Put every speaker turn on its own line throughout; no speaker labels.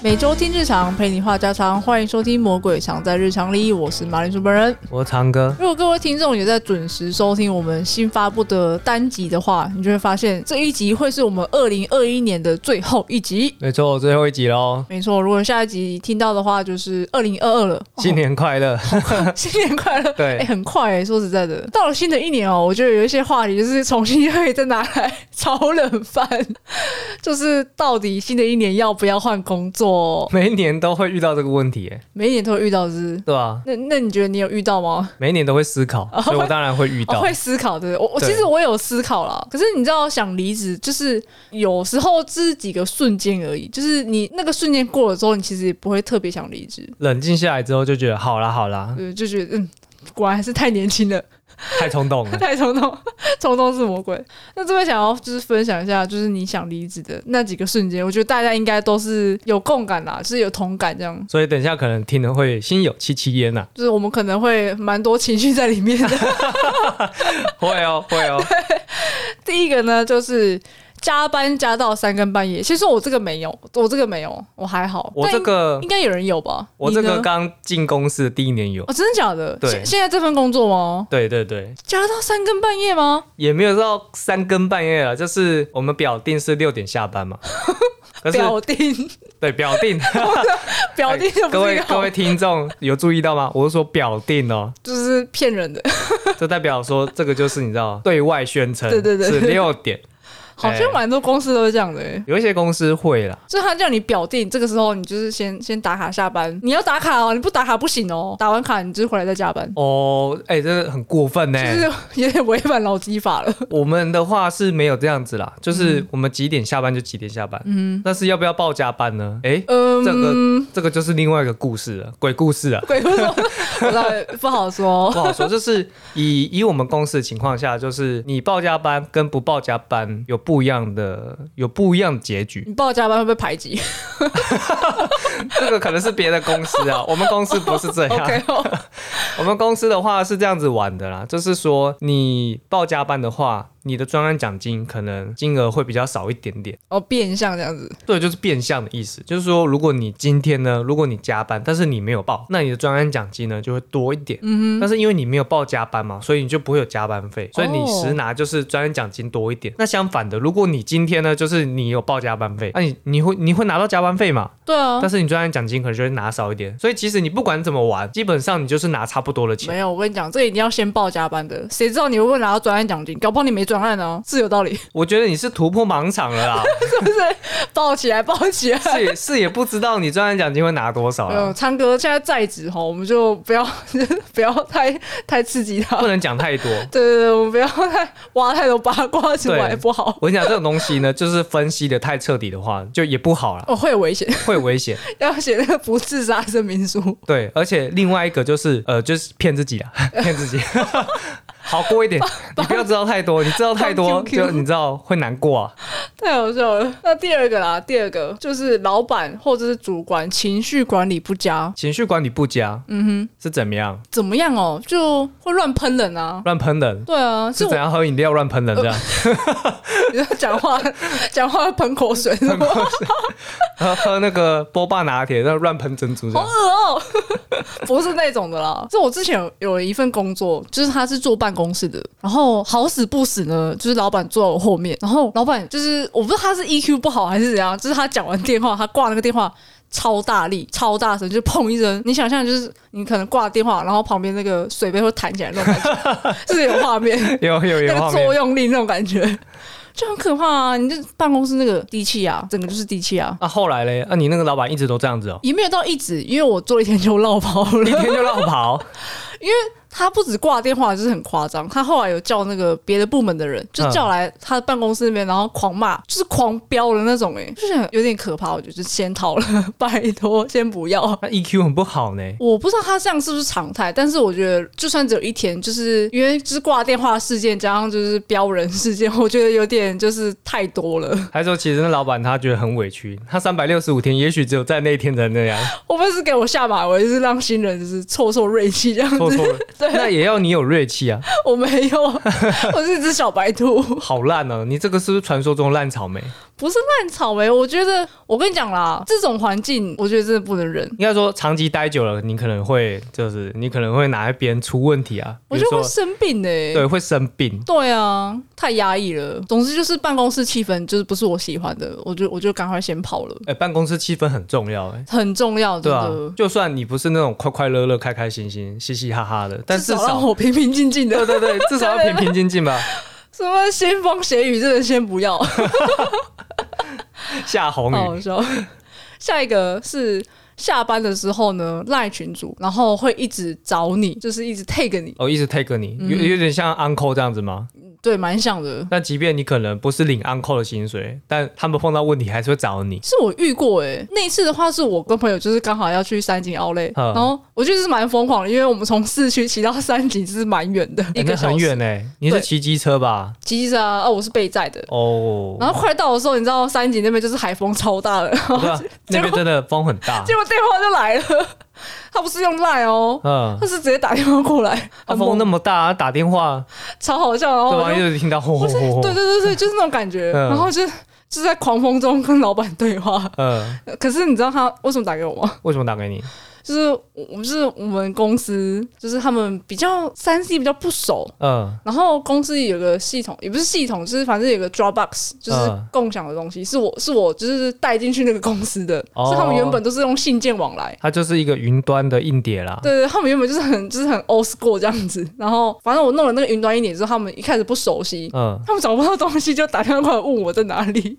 每周听日常，陪你话家常，欢迎收听《魔鬼藏在日常里》，我是马铃薯本人。
我长哥，
如果各位听众也在准时收听我们新发布的单集的话，你就会发现这一集会是我们二零二一年的最后一集。
没错，最后一集喽，
没错，如果下一集听到的话，就是二零二二了。
新年快 乐！
哦新年快乐！
对
哎、很快哎、说实在的，到了新的一年哦，我觉得有一些话题就是重新又可以再拿来炒冷饭，就是 到底新的一年要不要换工作？
每一年都会遇到这个问题，哎，
每一年都会遇到，是不是？
对吧？
那那你觉得你有遇到吗？
每一年都会思考，所以我当然会遇
哦、
到
会。思考对不对我我
对
其实我有思考啦，可是你知道想离职，就是有时候这是几个瞬间而已，就是你那个瞬间过了之后，你其实也不会特别想离职，
冷静下来之后就觉得，好啦好啦，
对，就觉得嗯，果然还是太年轻了，
嗯太冲动 了。
太冲动，冲动是魔鬼。那这边想要就是分享一下，就是你想离职的那几个瞬间，我觉得大家应该都是有共感啦，就是有同感这样。
所以等一下可能听了会心有戚戚焉 啊呐，
就是我们可能会蛮多情绪在里面的。
会哦会哦，
第一个呢，就是加班加到三更半夜。其实我这个没有，我这个没有，我还好。
我
但
这个
应该有人有吧？
我这
你
个
呢
刚进公司的第一年有，
哦，真的假的？
对
现现在这份工作吗？
对对对，
加到三更半夜吗？
也没有到三更半夜了，啊就是我们表定是六点下 班嘛，可是
表定，
对表定，
表定就
各
不是一
位
个
哎各
好
位，听众有注意到吗？我是说表定哦，
就是骗人
哎
的，
这代表说这个就是你知道对外宣称，
对对对
是六点，
好像蛮多公司都是这样的、欸。
有一些公司会啦，
就是他叫你表定，这个时候你就是先先打卡下班，你要打卡哦，你不打卡不行哦，打完卡你就是回来再加班，
哦，哎、这个很过分呢、
就是有点违反劳基法了。
我们的话是没有这样子啦，就是
嗯
我们几点下班就几点下班，嗯，但是要不要报加班呢？哎、
嗯，，
这个这个就是另外一个故事了，鬼故事啊
鬼故事我倒也不好说。
不好说。就是以以我们公司的情况下，就是你报加班跟不报加班有不一样的有不一样的结局。
你报加班会被排 挤
这个可能是别的公司啊，我们公司不是这样。
？OK 哦，
我们公司的话是这样子玩的啦，就是说你报加班的话，你的专案奖金可能金额会比较少一点点。
哦，变相这样子，
对，就是变相的意思，就是说如果你今天呢，如果你加班，但是你没有报，那你的专案奖金呢就会多一点。嗯但是因为你没有报加班嘛，所以你就不会有加班费，所以你
哦
实拿就是专案奖金多一点。那相反的，如果你今天呢，就是你有报加班费，啊那你你会你会拿到加班费嘛？
对啊
但，是你专案奖金可能就会拿少一点。所以其实你不管怎么玩，基本上你就是拿差不多的钱。
没有，我跟你讲，这一定要先报加班的，谁知道你会不会拿到专案奖金？搞不好你没专案哦，是有道理，
我觉得你是突破盲场了 啦，
报起来，报起来。
是也是也不知道你专案奖金会拿多少
没
啦
有，，昌哥现在在职哈，我们就不要 不要太太刺激他
不。能讲太多。
对对对，我们不要太挖太多八卦出来
对
不好，
我跟你讲，这种东西呢，就是分析的太彻底的话，就也不好 啦，
哦，会有危险，
会危险。
要写那个不自杀声明书。
对，而且另外一个就是，呃，就是骗自 己啦，骗自己，好过 一点。你不要知道太多，你知道太多
帮，QQ
就你知道会难过啊。
太好笑了。那第二个啦，第二个就是老板或者是主管情绪管理不佳，
情绪管理不佳，嗯哼，是怎么样？
怎么样哦，就会乱喷人啊。
乱喷人。
对啊，是
是
我
怎样喝饮料乱喷人这样？
你说讲话 讲话 喷口水，好
喝喝那个波霸拿铁，然后乱喷珍珠这样
恶？哦， 不是那种的啦。是我之前有有一份工作，就是他是坐办公室的，然后好死不死呢，就是老板坐在我后面，然后老板就是我不知道他是 EQ 不好还是怎样，就是他讲完电话，他挂那个电话。超大力、超大声，就砰一声。你想象就是你可能挂电话，然后旁边那个水杯会弹起来那种感觉， 就是有画面。
有有有
那
画
个
面
作用力那种感觉， 就很可怕啊！你这办公室那个低气压，整个就是低气压，，
那、后来嘞？那、啊你那个老板一直都这样子哦
也没有到一直，因为我做一天就落跑
一
了。
天就绕跑，
他不止挂电话，就是很夸张。他后来有叫那个别的部门的人，就
嗯
叫来他的办公室那边，然后狂骂，就是狂飙的那种、欸，哎，就是很有点可怕。我觉得就先逃了， 拜托，先不要。
那 EQ 很不好呢。
我不知道他这样是不是常态，但是我觉得就算只有一天，就是因为就是挂电话事件加上就是飙人事件，我觉得有点就是太多了。
还说其实那老板他觉得很委屈，他三百六十五天，也许只有在那一天才那样，
我不是给我下马威，就是让新人就是挫挫锐气这样
错
子。
错了那也要你有锐气啊！
我没 有，我是一只小白兔，
好烂哦、你这个是不是传说中的烂草莓？
不是烂草莓。我觉得，我跟你讲啦，这种环境，我觉得真的不能忍。
应该说长期待久了，你可能会就是你可能会哪一边出问题啊，
我
比
觉得
如
会
说
生病呢、
对会生病。
对啊，太压抑了。总之就是办公室气氛就是不是我喜欢的，我就我就赶快先跑了，
哎、办公室气氛很重要、哎，
很重要
对
真
啊
的。，
就算你不是那种快快乐乐、开开心心、嘻嘻哈哈的，但至
至让
少
我平平静静的
对，对对，至少要平平静静吧，
什么腥风血雨，真的先不要，好
下红雨。
哦好笑。下一个是下班的时候呢，赖群主，然后会一直找你，就是一直 tag 你，
哦，一直 take 你，有
嗯
有点像 uncle 这样子吗？
对，蛮像的。
那即便你可能不是领 uncle 的薪水，但他们碰到问题还是会找你。
是我遇过诶、那一次的话是我跟朋友就是刚好要去三井奥莱，
嗯
然后我就是蛮疯狂的，因为我们从市区骑到三井是蛮远的，一
哎
个
那
小时
很远哎、你是
对
骑机车吧？
骑着啊，哦，我是被载的。
哦，
然后快到的时候，你知道三井那边就是海风超大的，然后
对啊，那边真的风很大
结。果电话 就来了， 他不是用赖哦，
嗯，
他是直接打电话过来，
啊、
很
风
猛
那么大，打电话
超好笑，然后
对啊
我
吧？
就
又听到轰轰轰
对对
轰。
对对，就是那种感觉，
哦嗯
然后就就在狂风中跟老板对话。
嗯，
可是你知道他为什么打给我吗？
为什么打给你？
就是我我们是我们公司，就是他们比较三 C 比较不熟，
嗯，
然后公司有个系统，也不是系统，就是反正有个 Dropbox，就是
嗯
共享的东西，是我是我就是带进去那个公司的，
哦
所以他们原本都是用信件往来。
它就是一个云端的硬碟啦。
对对，他们原本就是很就是很 old school 这样子，然后反正我弄了那个云端一点之后，他们一开始不熟悉，
嗯，
他们找不到东西就打电话过来问我在哪里，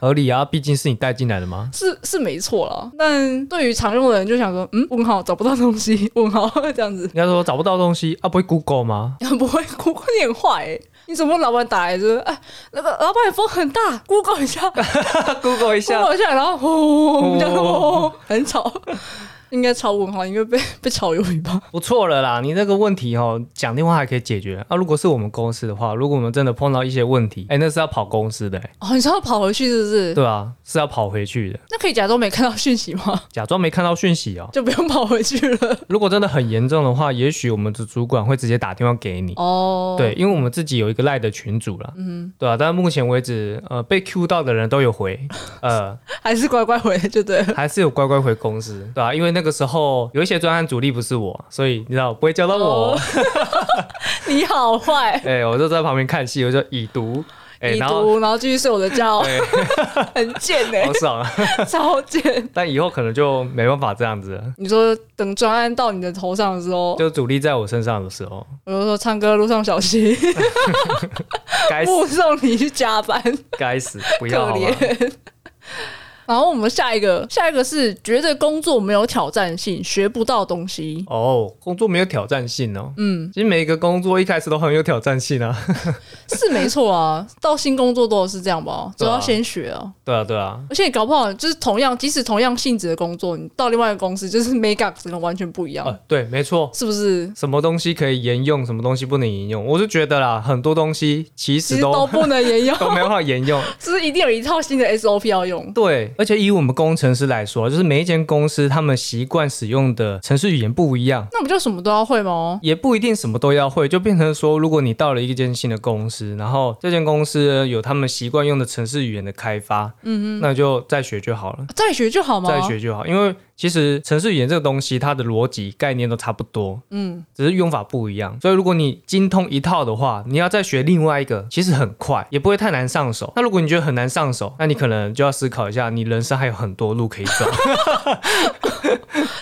合理啊，毕竟是你带进来的嘛。
是是没错啦。但对于常用的人就想说，嗯，问号找不到东西，问号这样子，
应该说找不到东西啊，不会 Google 吗？
不会哭，快点坏、欸。你怎么老板打来就是哎，那个老板风很大，Google 一下
Google 一下，
，Google 一下，然后轰轰轰这样轰，很吵，应该吵文号，应该被被炒鱿鱼吧？
不错了啦。你那个问题哦，讲电话还可以解决啊。如果是我们公司的话，如果我们真的碰到一些问题，哎、那是要跑公司的、哎
哦，你知道跑回去是不是？
对啊，是要跑回去的，
那可以假装没看到讯息吗？
假装没看到讯息哦。
就不用跑回去了。
如果真的很严重的话，也许我们的主管会直接打电话给你。
哦，
对，，因为我们自己有一个赖的群组啦，嗯，对啊，但目前为止，呃，被 Q 到的人都有回， 呃，
还是乖乖回就对了。
还是有乖乖回公司，对啊，因为那个时候有一些专案主力不是我，所以你知道不会叫到我
哦，你好坏，
哎、我就在旁边看戏，我就已读，哎、
已
然后
读，然后继续睡我的觉，
对，
很贱哎、
好爽啊，
超贱。
但以后可能就没办法这样子了，
你说等专案到你的头上的时候，
就主力在我身上的时候，
我就说唱歌路上小心，
该死
目送你去加 班，
该死，不
可
要哦好吗？啊
怜。 然后我们下一个，下一个是觉得工作没有挑战性，学不到东西。
哦，工作没有挑战性哦。
嗯，
其实每一个工作一开始都很有挑战性啊。
是没错啊，到新工作都是这样吧，都
对啊
要先学啊。
对啊，对啊，
而且你搞不好就是同样，即使同样性质的工作，你到另外一个公司，就是 mega 整个完全不一样，
啊，对，没错。
是不是？
什么东西可以沿用，什么东西不能沿用？我就觉得啦，很多东西
其
其实
实
都
都不能沿用
，都没办法沿用。
就是一定有一套新的 SOP 要用。
对，而且以我们工程师来说，就是每一间公司他们习惯使用的程式语言不一样。
那不就什么都要会吗？
也不一定什么都要会，就变成说，如果你到了一间新的公司，然后这间公司有他们习惯用的程式语言的开发，嗯嗯，那就再学就好了。
再学就好吗？
再学就好，因为其实程式语言这个东西，它的逻辑概念都差不多，
嗯，
只是用法不一样。所以如果你精通一套的话，你要再学另外一个，其实很快，也不会太难上手。那如果你觉得很难上手，那你可能就要思考一下，你人生还有很多路可以走，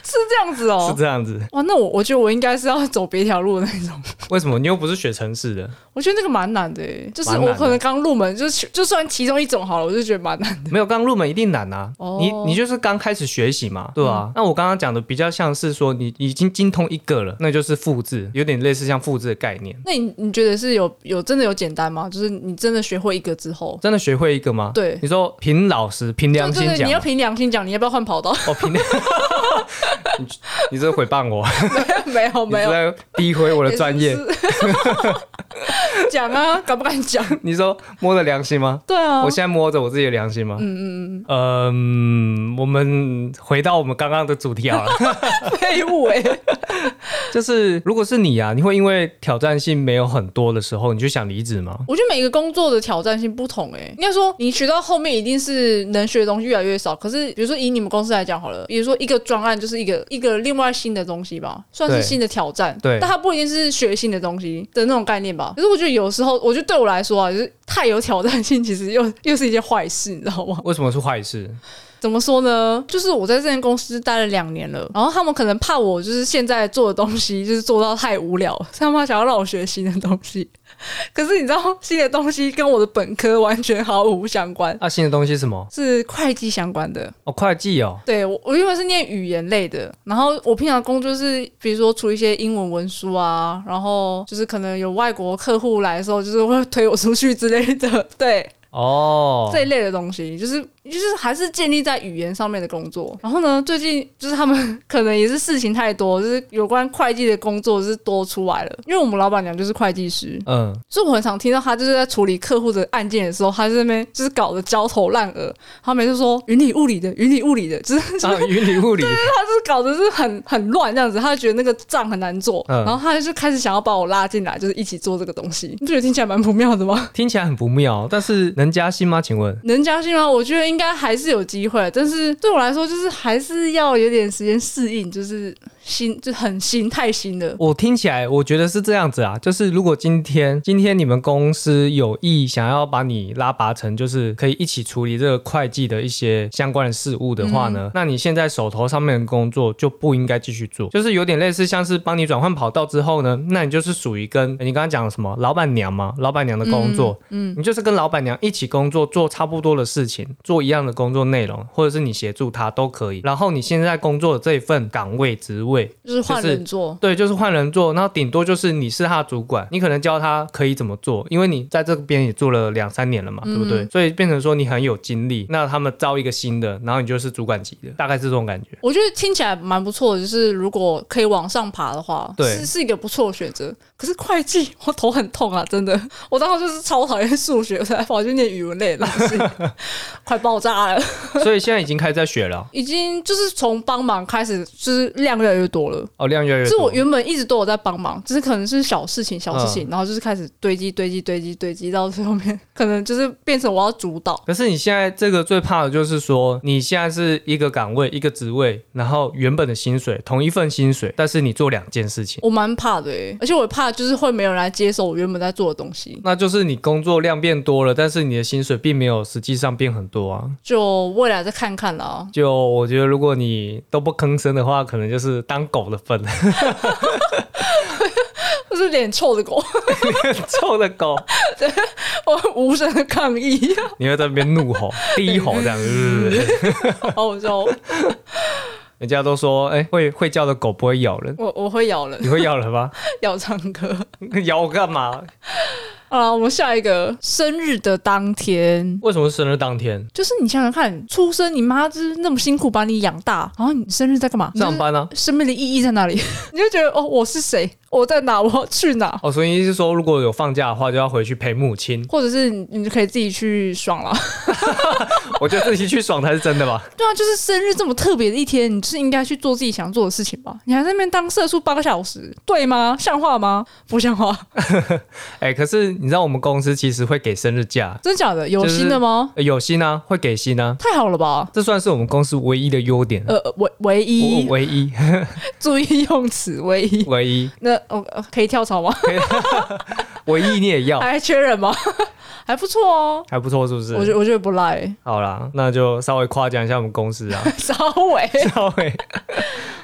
是这样子
是
哦、
这样子。
哇，那我我觉得我应该是要走别条路的那种。
为什么你又不是学程式的？
我觉得那个蛮难的、欸，就是
蛮难
我
的
可能刚入门，就是就算其中一种好了，我就觉得蛮难的。
没有刚入门一定难啊，
哦嗯
你你就是刚开始学习嘛，对啊。那我刚刚讲的比较像是说你已经精通一个了，那就是复制，有点类似像复制的概念。
那你你觉得是有有真的有简单吗？就是你真的学会一个之后，
真的学会一个吗？
对
你说凭老实、凭良心
对对对，
讲
你要
吗，
凭良心讲，你要不要换跑道？
哦，凭你 你这是诽谤我，
没有
你
没
是
有，
在诋毁我
我
的专业。
是讲啊，敢不敢讲？
你说摸着良心吗？
对啊
我，现在摸着我自己的良心吗？嗯嗯嗯。嗯，我们回到我们刚刚的主题好了，
废物哎，
就是如果是你啊，你会因为挑战性没有很多的时候，你就想离职吗？
我觉得每个工作的挑战性不同哎、应该说你学到后面一定是能学的东西越来越少。可是比如说以你们公司来讲好了，比如说一个专案就是一个一个另外新的东西吧，算是
对
新的挑战。
对
但它不一定是学新的东西的那种概念吧。可是我觉得有时候，我觉得对我来说啊，就是太有挑战性，其实又又是一件坏事，你知道吗？
为什么是坏事？
怎么说呢？就是我在这间公司待了两年了，然后他们可能怕我就是现在做的东西 就是做到太无聊，所以他们想要让我学新的东西。 可是你知道，新的东西跟我的本科完全毫无相关，
啊，新的东西是什么？
是会计相关的。
哦，会计哦。
对我，我原本是念语言类的，然后我平常工作是，比如说出一些英文文书啊，然后就是可能有外国客户来的时候，就是会推我出去之类的， 对。
哦，
这一类的东西，就是就是还是建立在语言上面的工作。然后呢，最近就是他们可能也是事情太多，就是有关会计的工作是多出来了。因为我们老板娘就是会计师，
嗯，
所以我很常听到她就是在处理客户的案件的时候，她在那边就是搞得焦头烂额，她每次说云里雾里的，云里雾里的，就是
啊，云里雾里，
她就是搞得是很很乱这样子，她就觉得那个账很难做，
嗯
然后她就开始想要把我拉进来，就是一起做这个东西。你不觉得听起来蛮不妙的吗？
听起来很不妙，但是能加薪吗？请问？
能加薪吗？我觉得应该还是有机会，但是对我来说，就是还是要有点时间适应，就是新就很新太新了。
我听起来，我觉得是这样子啊，就是如果今天今天你们公司有意想要把你拉拔成，就是可以一起处理这个会计的一些相关的事务的话呢，那你现在手头上面的工作就不应该继续做，就是有点类似像是帮你转换跑道之后呢，那你就是属于跟你刚刚讲的什么老板娘嘛，老板娘的工作，嗯，你就是跟老板娘一起工作，做差不多的事情，做一样的工作内容，或者是你协助她都可以。然后你现在工作的这一份岗位职位，
就是换人做，
对，就是换人做，然后顶多就是你是他的主管，你可能教他可以怎么做，因为你在这边也做了两三年了嘛，对不
嗯
对？所以变成说你很有经历，那他们招一个新的，然后你就是主管级的，大概是这种感觉。
我觉得听起来蛮不错的。就是如果可以往上爬的话，
对
是是一个不错的选择。可是会计，我头很痛啊，真的。我当时就是超讨厌数学，我才跑去念语文类的东西，快爆炸了。
所以现在已经开始在学了，
已经就是从帮忙开始，就是量越来越多了。
哦，量越来越
就是我
多。
原本一直都有在帮忙，只是可能是小事情、小事情，然后就是开始堆积、堆积、堆积、堆积，到最后面可能就是变成我要主导。
可是你现在这个最怕的就是说，你现在是一个岗位一个职位，然后原本的薪水同一份薪水，但是你做两件事情，
我蛮怕的、欸，而且我也怕就是会没有人来接手我原本在做的东西，
那就是你工作量变多了，但是你的薪水并没有实际上变很多啊。
就未来再看看啦。
就我觉得，如果你都不吭声的话，可能就是当狗的份，
就是脸臭的狗，
臭的狗，
我无声的抗议，
你会在那边 怒吼、低吼这样。呃
好好笑哦。
人家都说，哎、会会叫的狗不会咬人，
我我会咬人，
你会咬人吗？
要唱歌。
咬我干嘛？
好啦，我们下一个生日的当天，
为什么是生日当天
就是你想想看，出生你妈就是那么辛苦把你养大，然后你生日在干嘛？
上班啊呢、
生命的意义在哪里？ 你就觉得哦，我是谁？我在哪？我要去哪？
哦，所以是说，如果有放假的话，就要回去陪母亲。
或者是你你就可以自己去爽了。
我觉得自己去爽才是真的吧。
对啊，就是生日这么特别的一天，你就是应该去做自己想做的事情吧？你还在那边当社畜八个小时，对吗？像话吗？不像话，
哎、可是你知道，我们公司其实会给生日假，
真假的？有
就是
新的吗？
呃有薪啊，会给薪啊，
太好了吧？
这算是我们公司唯一的优点。
呃，唯唯一
我唯一，
注意用词，唯一。
唯一，
那哦，呃可以跳槽吗？
唯一你也要，
还缺人吗？ 还不错哦，
还不错，是不是？
我觉得我觉得不赖，
好啦，那就稍微夸奖一下我们公司啊，
稍微。
稍微，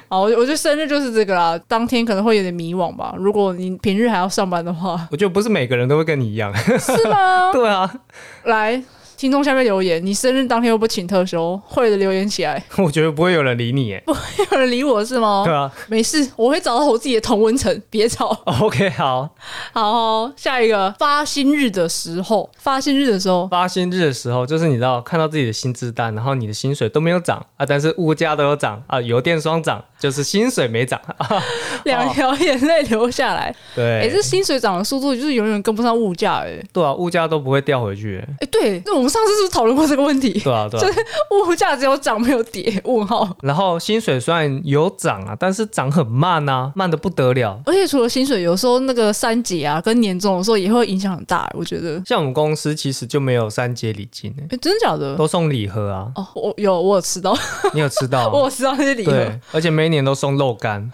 好，我觉我觉得生日就是这个啦，当天可能会有点迷惘吧。如果你平日还要上班的话
我觉得不是每个人都会跟你 一样，
是吗？
对啊，
来，听众下面留言，你生日当天又不请特休，会的留言起来，
我觉得不会有人理你耶，
没 有人理我是吗
对？啊
没事，我会找到我自己的同温层，别吵。
，OK，好，
好、哦下一个发薪日的时候，发薪日的时候，
发薪日的时候，就是你知道看到自己的薪资单，然后你的薪水都没有涨啊，但是物价都有涨啊，油电双涨就是薪水 没涨。
两条眼泪流下来。哎、
对，
这薪水涨的速度就是永远跟不上物价、哎，
对啊，物价都不会掉回去、欸。
哎，对，那我们上次是不是讨论过这个问题？
对啊，对啊。
物价只有涨没有跌？问号。
然后薪水虽然有涨啊，但是涨很慢啊，慢的不得了。
而且除了薪水，有时候那个三节啊跟年终的时候也会影响很大，我觉得。
像我们公司其实就没有三节礼金、欸，
哎，真的假的？
都送礼盒啊，
哦，我有我有吃到，
你有吃到？
我有吃到那些礼盒。
对，而且每一年都送肉干。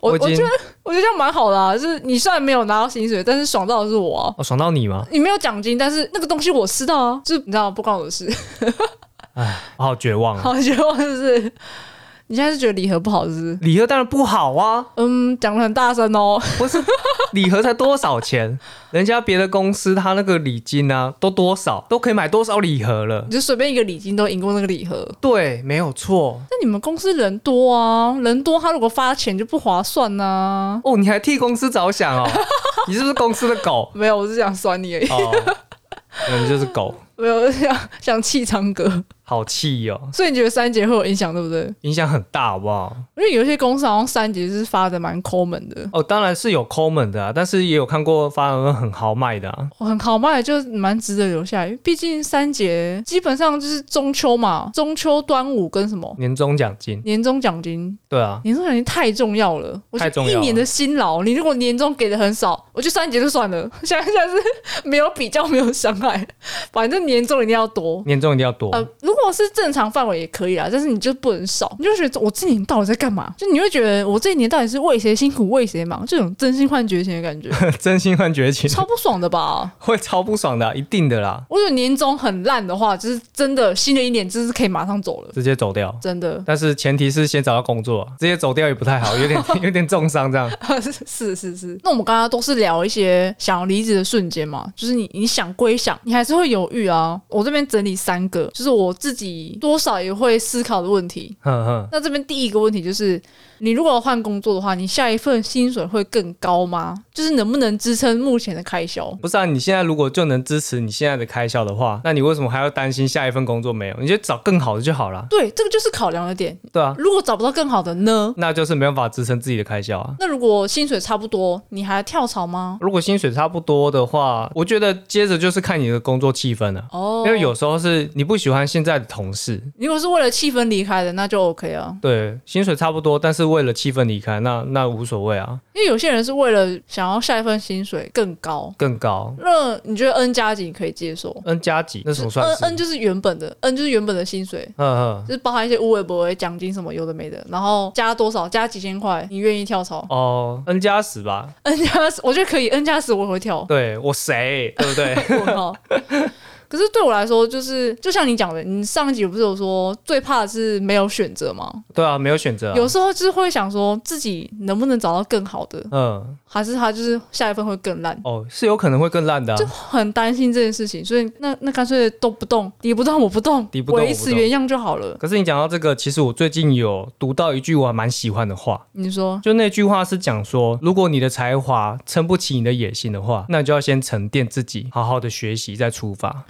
我
我
我
已
觉
经
得我觉得这样蛮好的、啊，就是你虽然没有拿到薪水，但是爽到的是我、啊。
哦，爽到你吗？
你没有奖金，但是那个东西我吃到啊，就是你知道不关我的事，
哦哎，我好绝望啊！
好绝望是不是？你现在是觉得礼盒不好是不是？
礼盒当然不好啊，
嗯，讲的很大声哦。
不是礼盒才多少钱？ 人家别的公司他那个礼金啊，都多少都可以买多少礼盒了
你。就随便一个礼金都赢过那个礼盒。
对，没有错。
那你们公司人多啊，人多他如果发钱就不划算啊呐、
哦，你还替公司着想 哦？你是不是公司的狗？
没有，我是想酸你而已，
哦，那你就是狗，
没有，我是想想气长 哥。
好气哦，
所以你觉得三节会有影响，对不对？
影响很大，好不好？
因为有一些公司好像三节是发的蛮抠门的，
哦，当然是有抠门的啊，但是也有看过发文很豪迈的啊。
我哦很豪迈，就是蛮值得留下来。因为毕竟三节基本上就是中秋嘛，中秋、端午跟什么
年终奖金，
年终奖金，
对啊，
年终奖金太重要了。我觉得
太重要了
一年的辛劳，你如果年终给的很少，我觉得三节就算了。 想一想是没有比较，没有伤害，反正年终一定要多。
年终一定要多。
呃，如果是正常范围也可以啦，但是你就不能少，你就觉得我这一年到底在干嘛？就你会觉得我这一年到底是为谁辛苦为谁忙，这种真心换绝情的 感觉，
真心换绝情
超不爽的吧？
会超不爽的啊、一定的啦，
我觉得年终很烂的话，就是真的新的一年就是可以马上走了，
直接走掉。
真的
但是前提是先找到工作啊，直接走掉也不太 好，有点有点重伤这样。
是是是。那我们刚刚都是聊一些想要离职的瞬间嘛，就是你你想归想，你还是会犹豫啊。我这边整理三个，就是我自己多少也会思考的问题。
哼哼，
那这边第一个问题就是，你如果换工作的话，你下一份薪水会更高吗？就是能不能支撑目前的开销？
不是啊，你现在如果就能支持你现在的开销的话，那你为什么还要担心下一份工作没有？你就找更好的就好啦。
对，这个就是考量的点。
对啊，
如果找不到更好的呢？
那就是没办法支撑自己的开销啊。
那如果薪水差不多，你还跳槽吗？
如果薪水差不多的话，我觉得接着就是看你的工作气氛啊了、
哦，
因为有时候是你不喜欢现在的同事，
如果是为了气氛离开的，那就 OK 啊。
对，薪水差不多，但是为了气氛离开，那那无所谓啊，
因为有些人是为了想要下一份薪水更高，
更高。
那你觉得 N 加几你可以接受
n 加几那什么算
？N
是？
呃 N 就是原本的，N 就是原本的薪水，
嗯嗯，
就是包含一些无微不微奖金什么有的没的，然后加多少加几千块，你愿意跳槽
哦，n 加十吧，。
？N 加十我觉得可以，N 加十我会跳
对我谁对不对？
问号。可是对我来说，就是就像你讲的，你上一集不是有说最怕的是没有选择吗？
对啊，没有选择、啊。
有时候就是会想说自己能不能找到更好的，
嗯，
还是他就是下一份会更烂，
哦，是有可能会更烂的、啊
就。很担心这件事情，所以那那干脆都不动，敌不动我不动，
敌不动我不
维
动
持原样就好了。
可是你讲到这个，其实我最近有读到一句我还蛮喜欢的话，
你说
就那句话是讲说，如果你的才华撑不起你的野心的话，那你就要先沉淀自己，好好的学习再出发。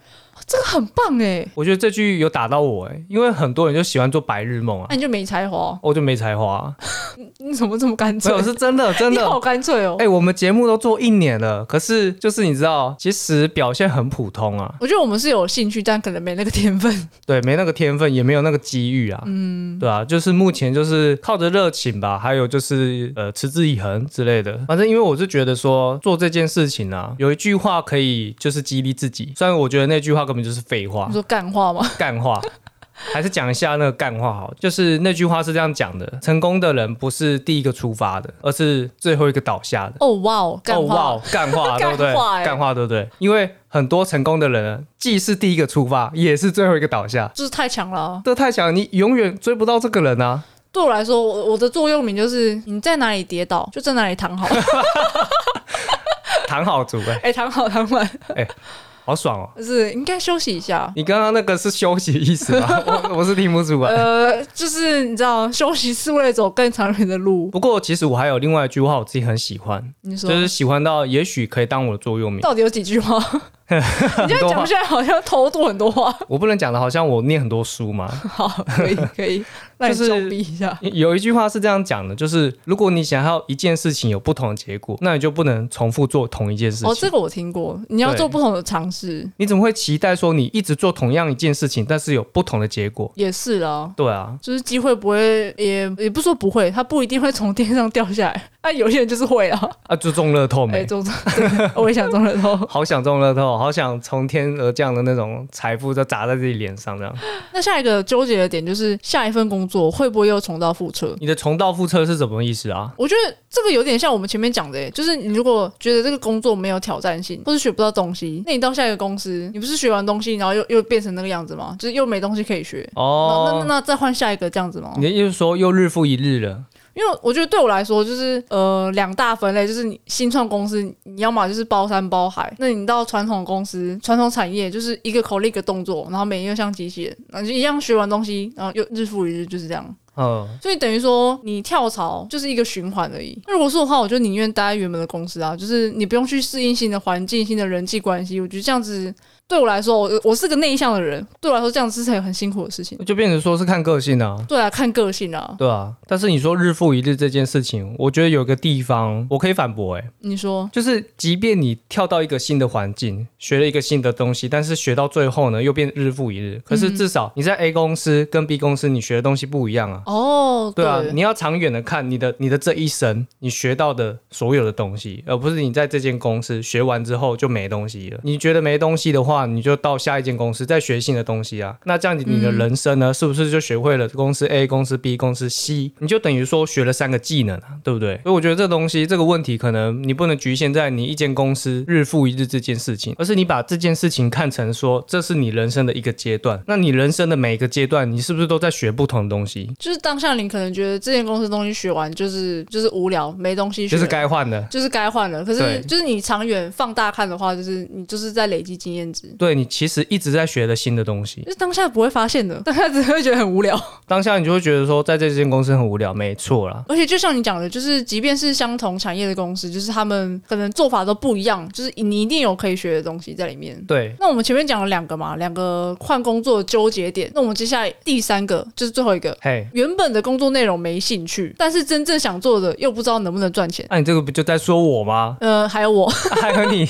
这个很棒哎、
我觉得这句有打到我哎、因为很多人就喜欢做白日梦啊
那、，你就没才华哦，
我就没才华、啊，
你怎么这么干
没
脆？
有是真的真
你
的。
好干脆哦。
哎、我们节目都做一年了，可是就是你知道，其实表现很普通啊，
我觉得我们是有兴趣，但可能没那个天分。
对，没那个天分，也没有那个机遇啊，嗯，对啊，就是目前就是靠着热情吧，还有就是呃持之以恒之类的。反正因为我是觉得说做这件事情啊，有一句话可以就是激励自己，虽然我觉得那句话根本就是废话
你，说干话吗？
干话。还是讲一下那个干话好，就是那句话是这样讲的：成功的人不是第一个出发的，而是最后一个倒下的。
哦哇哦，干
哦哇
话。
哦，干 话，对
干
不对？
话欸
干话，对不对？因为很多成功的人，既是第一个出发，也是最后一个倒下。
就是太强了啊、
这太强，你永远追不到这个人啊！
对我来说，我我的座右铭就是：你在哪里跌倒，就在哪里躺好。
躺好足哎、
哎、躺好躺满，
好爽哦！
就是应该休息一下。
你刚刚那个是休息意 思吧？我我是听不出来。
呃，就是你知道，休息是为了走更长远的路。
不过其实我还有另外一句话，我自己很喜欢，
你
就
说
是喜欢到也许可以当我的座右铭。
到底有几句话？你这样讲起来好像偷渡很多话。
我不能讲的，好像我念很多书嘛。
好，可以 可以，那你
就是
装逼一下。
有一句话是这样讲的，就是如果你想要一件事情有不同的结果，那你就不能重复做同一件事情。
哦，这个我听过，你要
对
做不同的尝试，
你怎么会期待说你一直做同样一件事情，但是有不同的结果？
也是啦。
对啊，
就是机会不会，也也不是说不会，它不一定会从天上掉下来。啊，有些人就是会啊，
啊，就中乐透
哎、
没？
中中，对我也想中了头。
好想中乐透，好想从天而降的那种财富，就砸在自己脸上这 样。
那下一个纠结的点就是，下一份工作会不会又重蹈覆辙？
你的重蹈覆辙是什么意思啊？
我觉得这个有点像我们前面讲的、欸，就是你如果觉得这个工作没有挑战性，或者学不到东西，那你到下一个公司，你不是学完东西，然后又又变成那个样子吗？就是又没东西可以学，然后那那
哦，
那再换下一个这样子吗？
你的意思是说又日复一日了？
因为我觉得对我来说，就是呃两大分类，就是你新创公司，你要么就是包山包海，那你到传统公司、传统产业，就是一个口令一个动作，然后每一个像机器人，然后就一样学完东西，然后又日复一日就是这样。
嗯，
所以等于说，你跳槽就是一个循环而已。那如果是我的话，我就宁愿待在原本的公司啊，就是你不用去适应新的环境、新的人际关系。我觉得这样子对我来说，我我是个内向的人，对我来说这样子是很很辛苦的事情。
就变成说是看个性啊。
对啊，看个性啊。
对啊，但是你说日复一日这件事情，我觉得有个地方我可以反驳、欸，
你说，
就是即便你跳到一个新的环境，学了一个新的东西，但是学到最后呢，又变日复一日。可是至少你在 A 公司跟 B 公司，你学的东西不一样啊。
哦，
对啊，你要长远的看你的你的这一生，你学到的所有的东西，而不是你在这间公司学完之后就没东西了。你觉得没东西的话，你就到下一间公司再学新的东西啊。那这样你你的人生呢，是不是就学会了公司 A、公司 B、公司 C？你就等于说学了三个技能啊，对不对？所以我觉得这东西这个问题，可能你不能局限在你一间公司日复一日这件事情，而是你把这件事情看成说这是你人生的一个阶段。那你人生的每一个阶段，你是不是都在学不同的东西？
就是当下你可能觉得这间公司的东西学完就是就是无聊，没东西学，
就是该换的。
就是该换了。可
对
是就是你长远放大看的话，就是你就是在累积经验值，
对你其实一直在学的新的东西
就，是当下不会发现的，当下只会觉得很无聊。
当下你就会觉得说，在这间公司很无聊，没错啦。
而且就像你讲的，就是即便是相同产业的公司，就是他们可能做法都不一样，就是你一定有可以学的东西在里面。
对，
那我们前面讲了两个嘛，两个换工作的纠结点。那我们接下来第三个就是最后一个，
嘿，
原本的工作内容没兴趣，但是真正想做的又不知道能不能赚钱。？
那、你这个不就在说我吗
呃，还有我，
还有 你，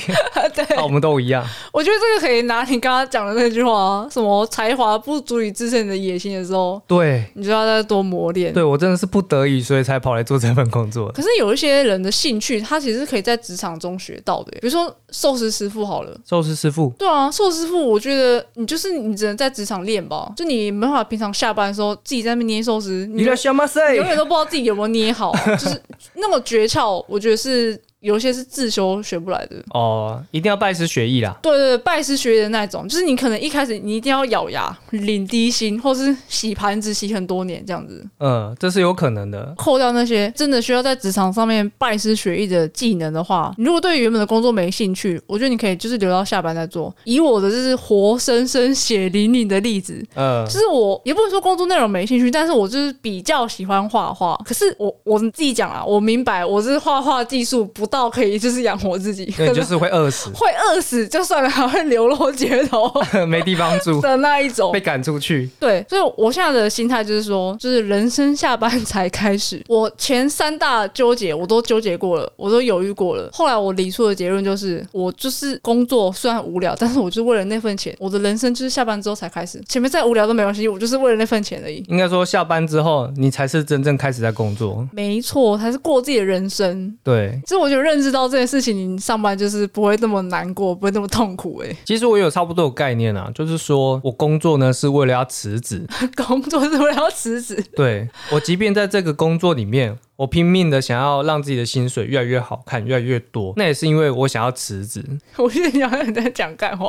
对，
啊我们都一样。
我觉得这个可以拿你刚刚讲的那句话、啊，什么才华不足以支撑你的野心的时候，
对，
你就要再多磨练。
对我真的是不得已，所以才跑来做这份工作的。
可是有一些人的兴趣，他其实是可以在职场中学到的耶，比如说寿司师傅好了。
寿司师傅，
对啊，寿司师傅，我觉得你就是你只能在职场练吧，就你没办法平常下班的时候自己在那边捏寿司，你
你
就
的小马赛
永远都不知道自己有没有捏好，就是那个诀窍，我觉得是有一些是自修学不来的。
哦，一定要拜师学艺啦。
对对对，拜师学艺的那种，就是你可能一开始你一定要咬牙领低薪，或是洗盘子洗很多年这样子，
嗯，这是有可能的。
扣掉那些真的需要在职场上面拜师学艺的技能的话，你如果对原本的工作没兴趣，我觉得你可以就是留到下班再做。以我的就是活生生血淋淋的例子。
嗯
就，是我也不能说工作内容没兴趣，但是我就是比较喜欢画画。可是我我自己讲啊，我明白我是画画技术不到可以就是养活自己，，
对，就是会饿死
会饿死就算了，还会流落街头
没地方 住，
的那一种
被。赶出去。
对，所以我现在的心态就是说，就是人生下班才开始。我前三大纠结我都纠结过了，我都犹豫过了。后来我理出的结论就是，我就是工作虽然无聊，但是我就是为了那份钱，我的人生就是下班之后才开始。前面再无聊都没关系，我就是为了那份钱而已。
应该说，下班之后你才是真正开始在工作。
没错，才是过自己的人生。
对，
所以我就认知到这件事情，你上班就是不会那么难过，不会那么痛苦、欸。
其实我有差不多有概念啊，就是说我工作呢是为了要辞职，
工作是为了要辞职，
对我即便在这个工作里面，我拼命的想要让自己的薪水越来越好看，越来越多，那也是因为我想要辞职
我觉得你好像在讲干话，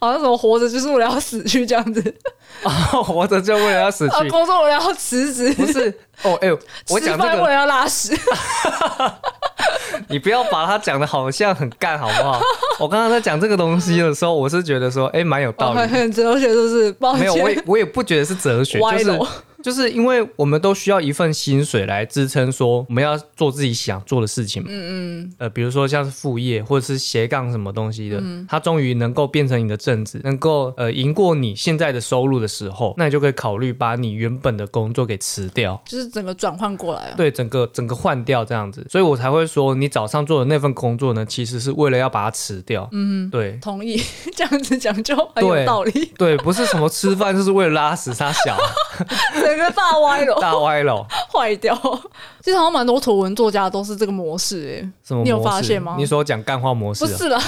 好像什么活着就是为了要死去这样子，
啊，活着就为了 要死
啊，
去，
工作为了要辞职，
不是哦，哎、呦，我
吃
讲这
饭为
个，
了要拉屎，
你不要把它讲的好像很干，好不好？我刚刚在讲这个东西的时候，我是觉得说，哎、蛮有道
很
理的，
很哲学，就是抱
没有，我
歉，
也我也不觉得是哲学，就
歪
是
楼。
就是因为我们都需要一份薪水来支撑，说我们要做自己想做的事情嘛。嗯嗯。呃，比如说像是副业或者是斜杠什么东西的，
嗯
它终于能够变成你的正职，能够呃赢过你现在的收入的时候，那你就可以考虑把你原本的工作给辞掉。
就是整个转换过来啊。
对，整个整个换掉这样子，所以我才会说，你早上做的那份工作呢，其实是为了要把它辞掉。嗯，对
同意 这样子讲就很有
对
道理，
对，不是什么吃饭就是为了拉屎撒小
整个大歪楼
大歪了，
坏掉。其实好像蛮多图文作家都是这个模式诶、
什么模式
你有发现吗
你说讲干话模式、
不
啊，
是 啦，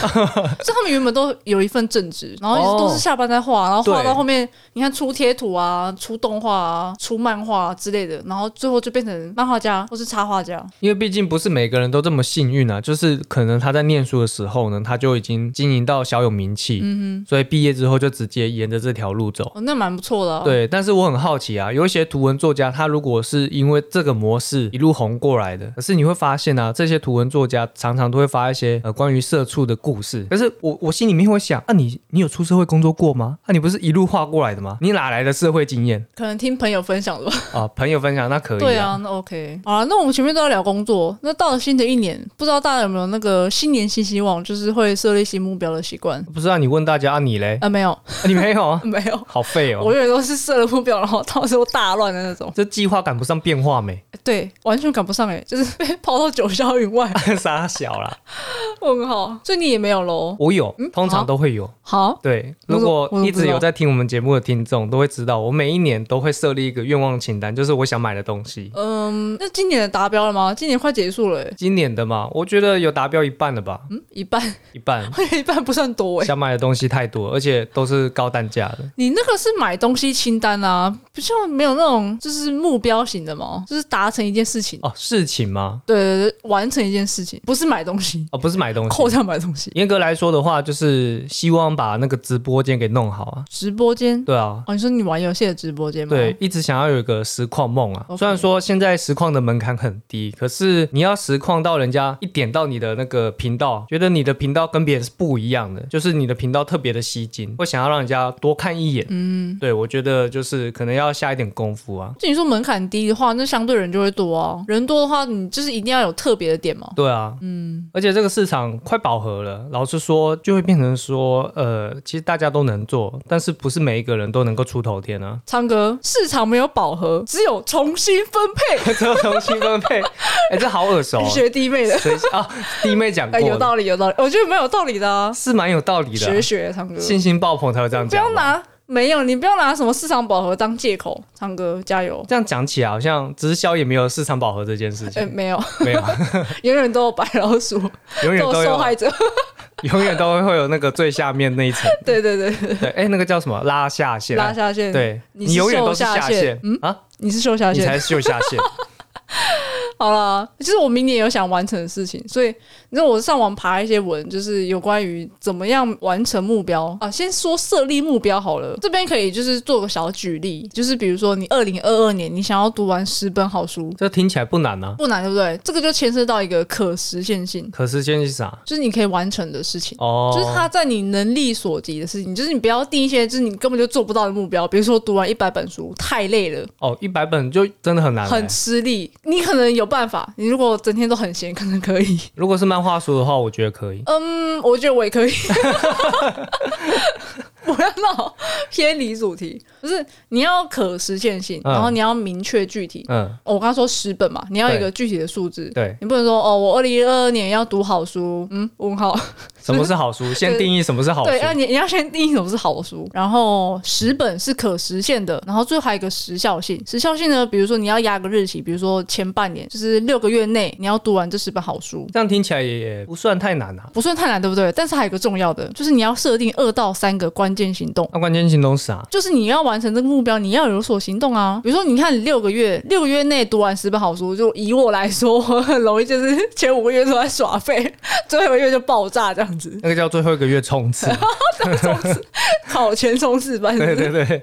就他们原本都有一份正职，然后一直都是下班在画，然后画
哦对
到后面，你看出贴图啊、出动画啊、出漫画、啊、之类的，然后最后就变成漫画家或是插画家。
因为毕竟不是每个人都这么幸运啊，就是可能他在念书的时候呢，他就已经经营到小有名气，
嗯
所以毕业之后就直接沿着这条路走。
哦，那蛮不错的、啊。，
对，但是我很好奇啊，有一些图文作家，他如果是因为这个模式一路红过来的，可是你会发现啊，这些图文作家常常都会发一些呃关于社畜的故事。可是我我心里面会想，啊你你有出社会工作过吗？啊你不是一路画过来的吗？你哪来的社会经验
可能听朋友分享的吧。
啊？朋友分享那可以
对啊，那 OK。好了，那我们前面都在聊工作，那到了新的一年，不知道大家有没有那个新年新希望，就是会设立新目标的习惯？
不知道你问大家啊你嘞、
啊，没有，？
啊你没有啊
没有。
好废哦。
我永远都是设了目标，然后到时候大乱的那种。
这计划赶不上变化没？
对，完全赶不上哎、就是 被抛到九霄云外。啊
傻小啦，
问号，啊所以你也没有喽？
我有，通常都会有。
嗯好，
对，
我
如
怎
果
我怎么
一
知
直
道
有在听我们节目的听众都会知道，我每一年都会设立一个愿望清单，就是我想买的东西。
嗯，那今年的达标了吗？今年快结束了、欸，
今年的嘛，我觉得有达标一半了吧，
嗯，一半，
一半。
一半不算多哎、
想买的东西太多，而且都是高单价的。
你那个是买东西清单啊，不像没有那种就是目标型的吗？就是达成一件事情，
哦，事情吗？
对对对，完成一件事情，不是买东西，
哦，不是买东
扣
西。
掉买东西。
严格来说的话，就是希望把那个直播间给弄好啊。
直播间，
对啊，
哦，你说你玩游戏的直播间吗？哦
对，，一直想要有一个实况梦啊。
OK
虽然说现在实况的门槛很低，可是你要实况到人家一点到你的那个频道，觉得你的频道跟别人是不一样的，就是你的频道特别的吸睛，会想要让人家多看一眼。嗯，对，我觉得就是可能要下一点功夫啊。
就你说门槛低的话，那相对人就会多啊。人多的话，你就是一定要有特别的点嘛。
对啊，嗯，而且这个市场快饱和了，老实说，就会变成说，呃，其实大家都能做，但是不是每一个人都能够出头天啊？
唱歌市场没有饱和，只有重新分配。
这个重新分配，哎、这好 耳熟哦、
学弟妹的，
谁啊？弟妹讲过
哎，
的，
有道理，有道理，我觉得蛮有道理的啊。
是蛮有道理的啊、
学学唱歌，
信心爆棚才会这样
不
讲
要
嘛。
拿没有，你不要拿什么市场饱和当借口。唱歌加油，
这样讲起来，好像直销也没有市场饱和这件事
哎，
情，
没有，
没有，啊
永远都有白老鼠，
永
都
远都
有受
有，啊
害者。
永远都会有那个最下面那一层。
对对对，
对，哎，那个叫什么？拉下线。
拉下线。，
对，
你
你
是
永远都是
秀下
下
线
线啊，
你是秀下
你
线。
才秀下 线。
好啦，其实我明年有想完成的事情，所以你知道我上网爬一些文，就是有关于怎么样完成目标啊。先说设立目标好了，这边可以就是做个小举例，就是比如说你二零二二年你想要读完十本好书，
这听起来不难啊，
不难，对不对？这个就牵涉到一个可实现性，
可是先是啥？
就是你可以完成的事情。
哦，
就是它在你能力所及的事情，就是你不要定一些就是你根本就做不到的目标，比如说读完一百本书太累了，
哦，一百本就真的很难欸。
很吃力。你可能有办法，你如果整天都很闲，可能可以。
如果是漫画书的话，我觉得可以。
嗯，我觉得我也可以。 不要闹，偏离主题。就是你要可实现性，
嗯
然后你要明确具体。
嗯，
哦我刚刚说十本嘛，你要有一
对
个具体的数字。
对，
你不能说哦，我二零二二年要读好书，嗯，问号。
什么是好书？先定义什么是好书
对，。啊要你你要先定义什么是好书，然后十本是可实现的，然后最后还有一个时效性。时效性呢，比如说你要压个日期，比如说前半年，就是六个月内你要读完这十本好书，
这样听起来也不算太难啊。
不算太难，对不对？但是还有一个重要的，就是你要设定二到三个关键行动。
那啊关键性都是啥？
就是你要完成这个目标，你要有所行动啊！比如说，你看你六个月，六个月内读完十本好书， 就以我来说，我很容易就是前五个月都在耍废，最后一个月就爆炸这样子。样子，
那个叫最后一个月冲刺，
考前冲刺班，
对对对，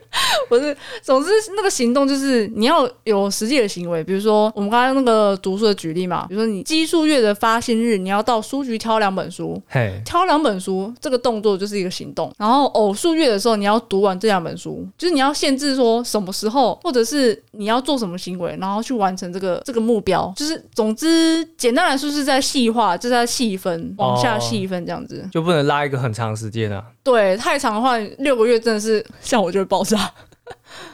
不是，总之那个行动就是你要有实际的行为，比如说我们刚刚那个读书的举例嘛，比如说你奇数月的发薪日，你要到书局挑两本书。
嘿，
挑两本书，这个动作就是一个行动。然后偶数月的时候，你要读完这两本书，就是你要限制说什么时候，或者是你要做什么行为，然后去完成这个这个目标。就是总之，简单来说是在细化，就是在细分，往下
哦
细分这样子。
就不能拉一个很长时间啊，
对，太长的话，六个月真的是像我就会爆炸。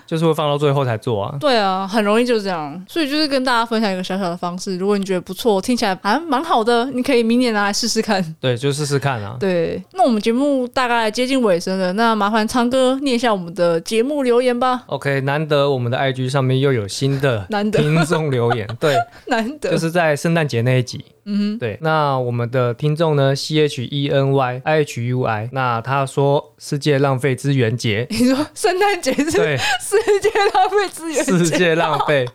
就是会放到最后才做啊。
对啊，很容易就这样，所以就是跟大家分享一个小小的方式，如果你觉得不错，听起来还蛮好的，你可以明年拿来试试看。
对，就试试看 啊。
对，那我们节目大概接近尾声了，那麻烦昌哥念一下我们的节目留言吧，
OK，难得我们的 IG 上面又有新的
难得
听众留言，对，
难得，，
就是在圣诞节那一集。嗯，对。那我们的听众呢，C H E N Y I H U I，那他说世界浪费资源节
你说圣诞节是
对，
世界浪费资源
世
节，哦
界浪 费，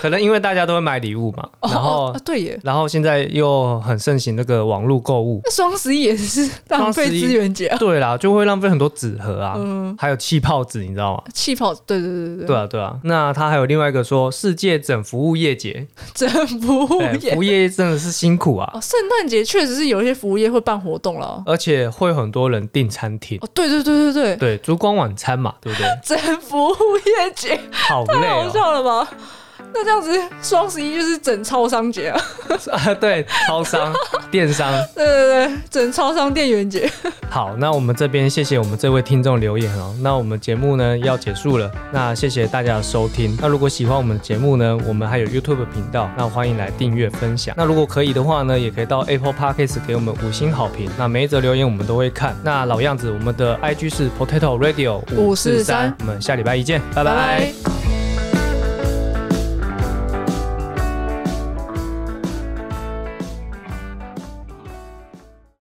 可能因为大家都会买礼物嘛，
哦
然后
啊对耶。，
然后现在又很盛行那个网络购物
那双十一也是浪费资源节啊，
对啦，就会浪费很多纸盒啊，
嗯
还有气泡纸，你知道吗？
气泡，对对对对
对，啊，对啊。那他还有另外一个说世界整服务业节，
真服务
对
业
服务业真的是辛苦啊，
哦，圣诞节确实是有一些服务业会办活动了哦，
而且会很多人订餐厅，
哦对对对对对，
对，烛光晚餐嘛，对不对？
整服务业节，
好累
太好
哦，
笑了吧？那这样子，双十一就是整超商节啊！
啊， 对，超商、电商。
对对对，整超商店员节。
好，那我们这边谢谢我们这位听众留言哦。那我们节目呢要结束了，那谢谢大家的收听。那如果喜欢我们的节目呢，我们还有 YouTube 频道，那欢迎来订阅分享。那如果可以的话呢，也可以到 Apple Podcast 给我们五星好评。那每一则留言我们都会看。那老样子，我们的 IG 是 Potato Radio
543
我们下礼拜一见，拜拜
拜拜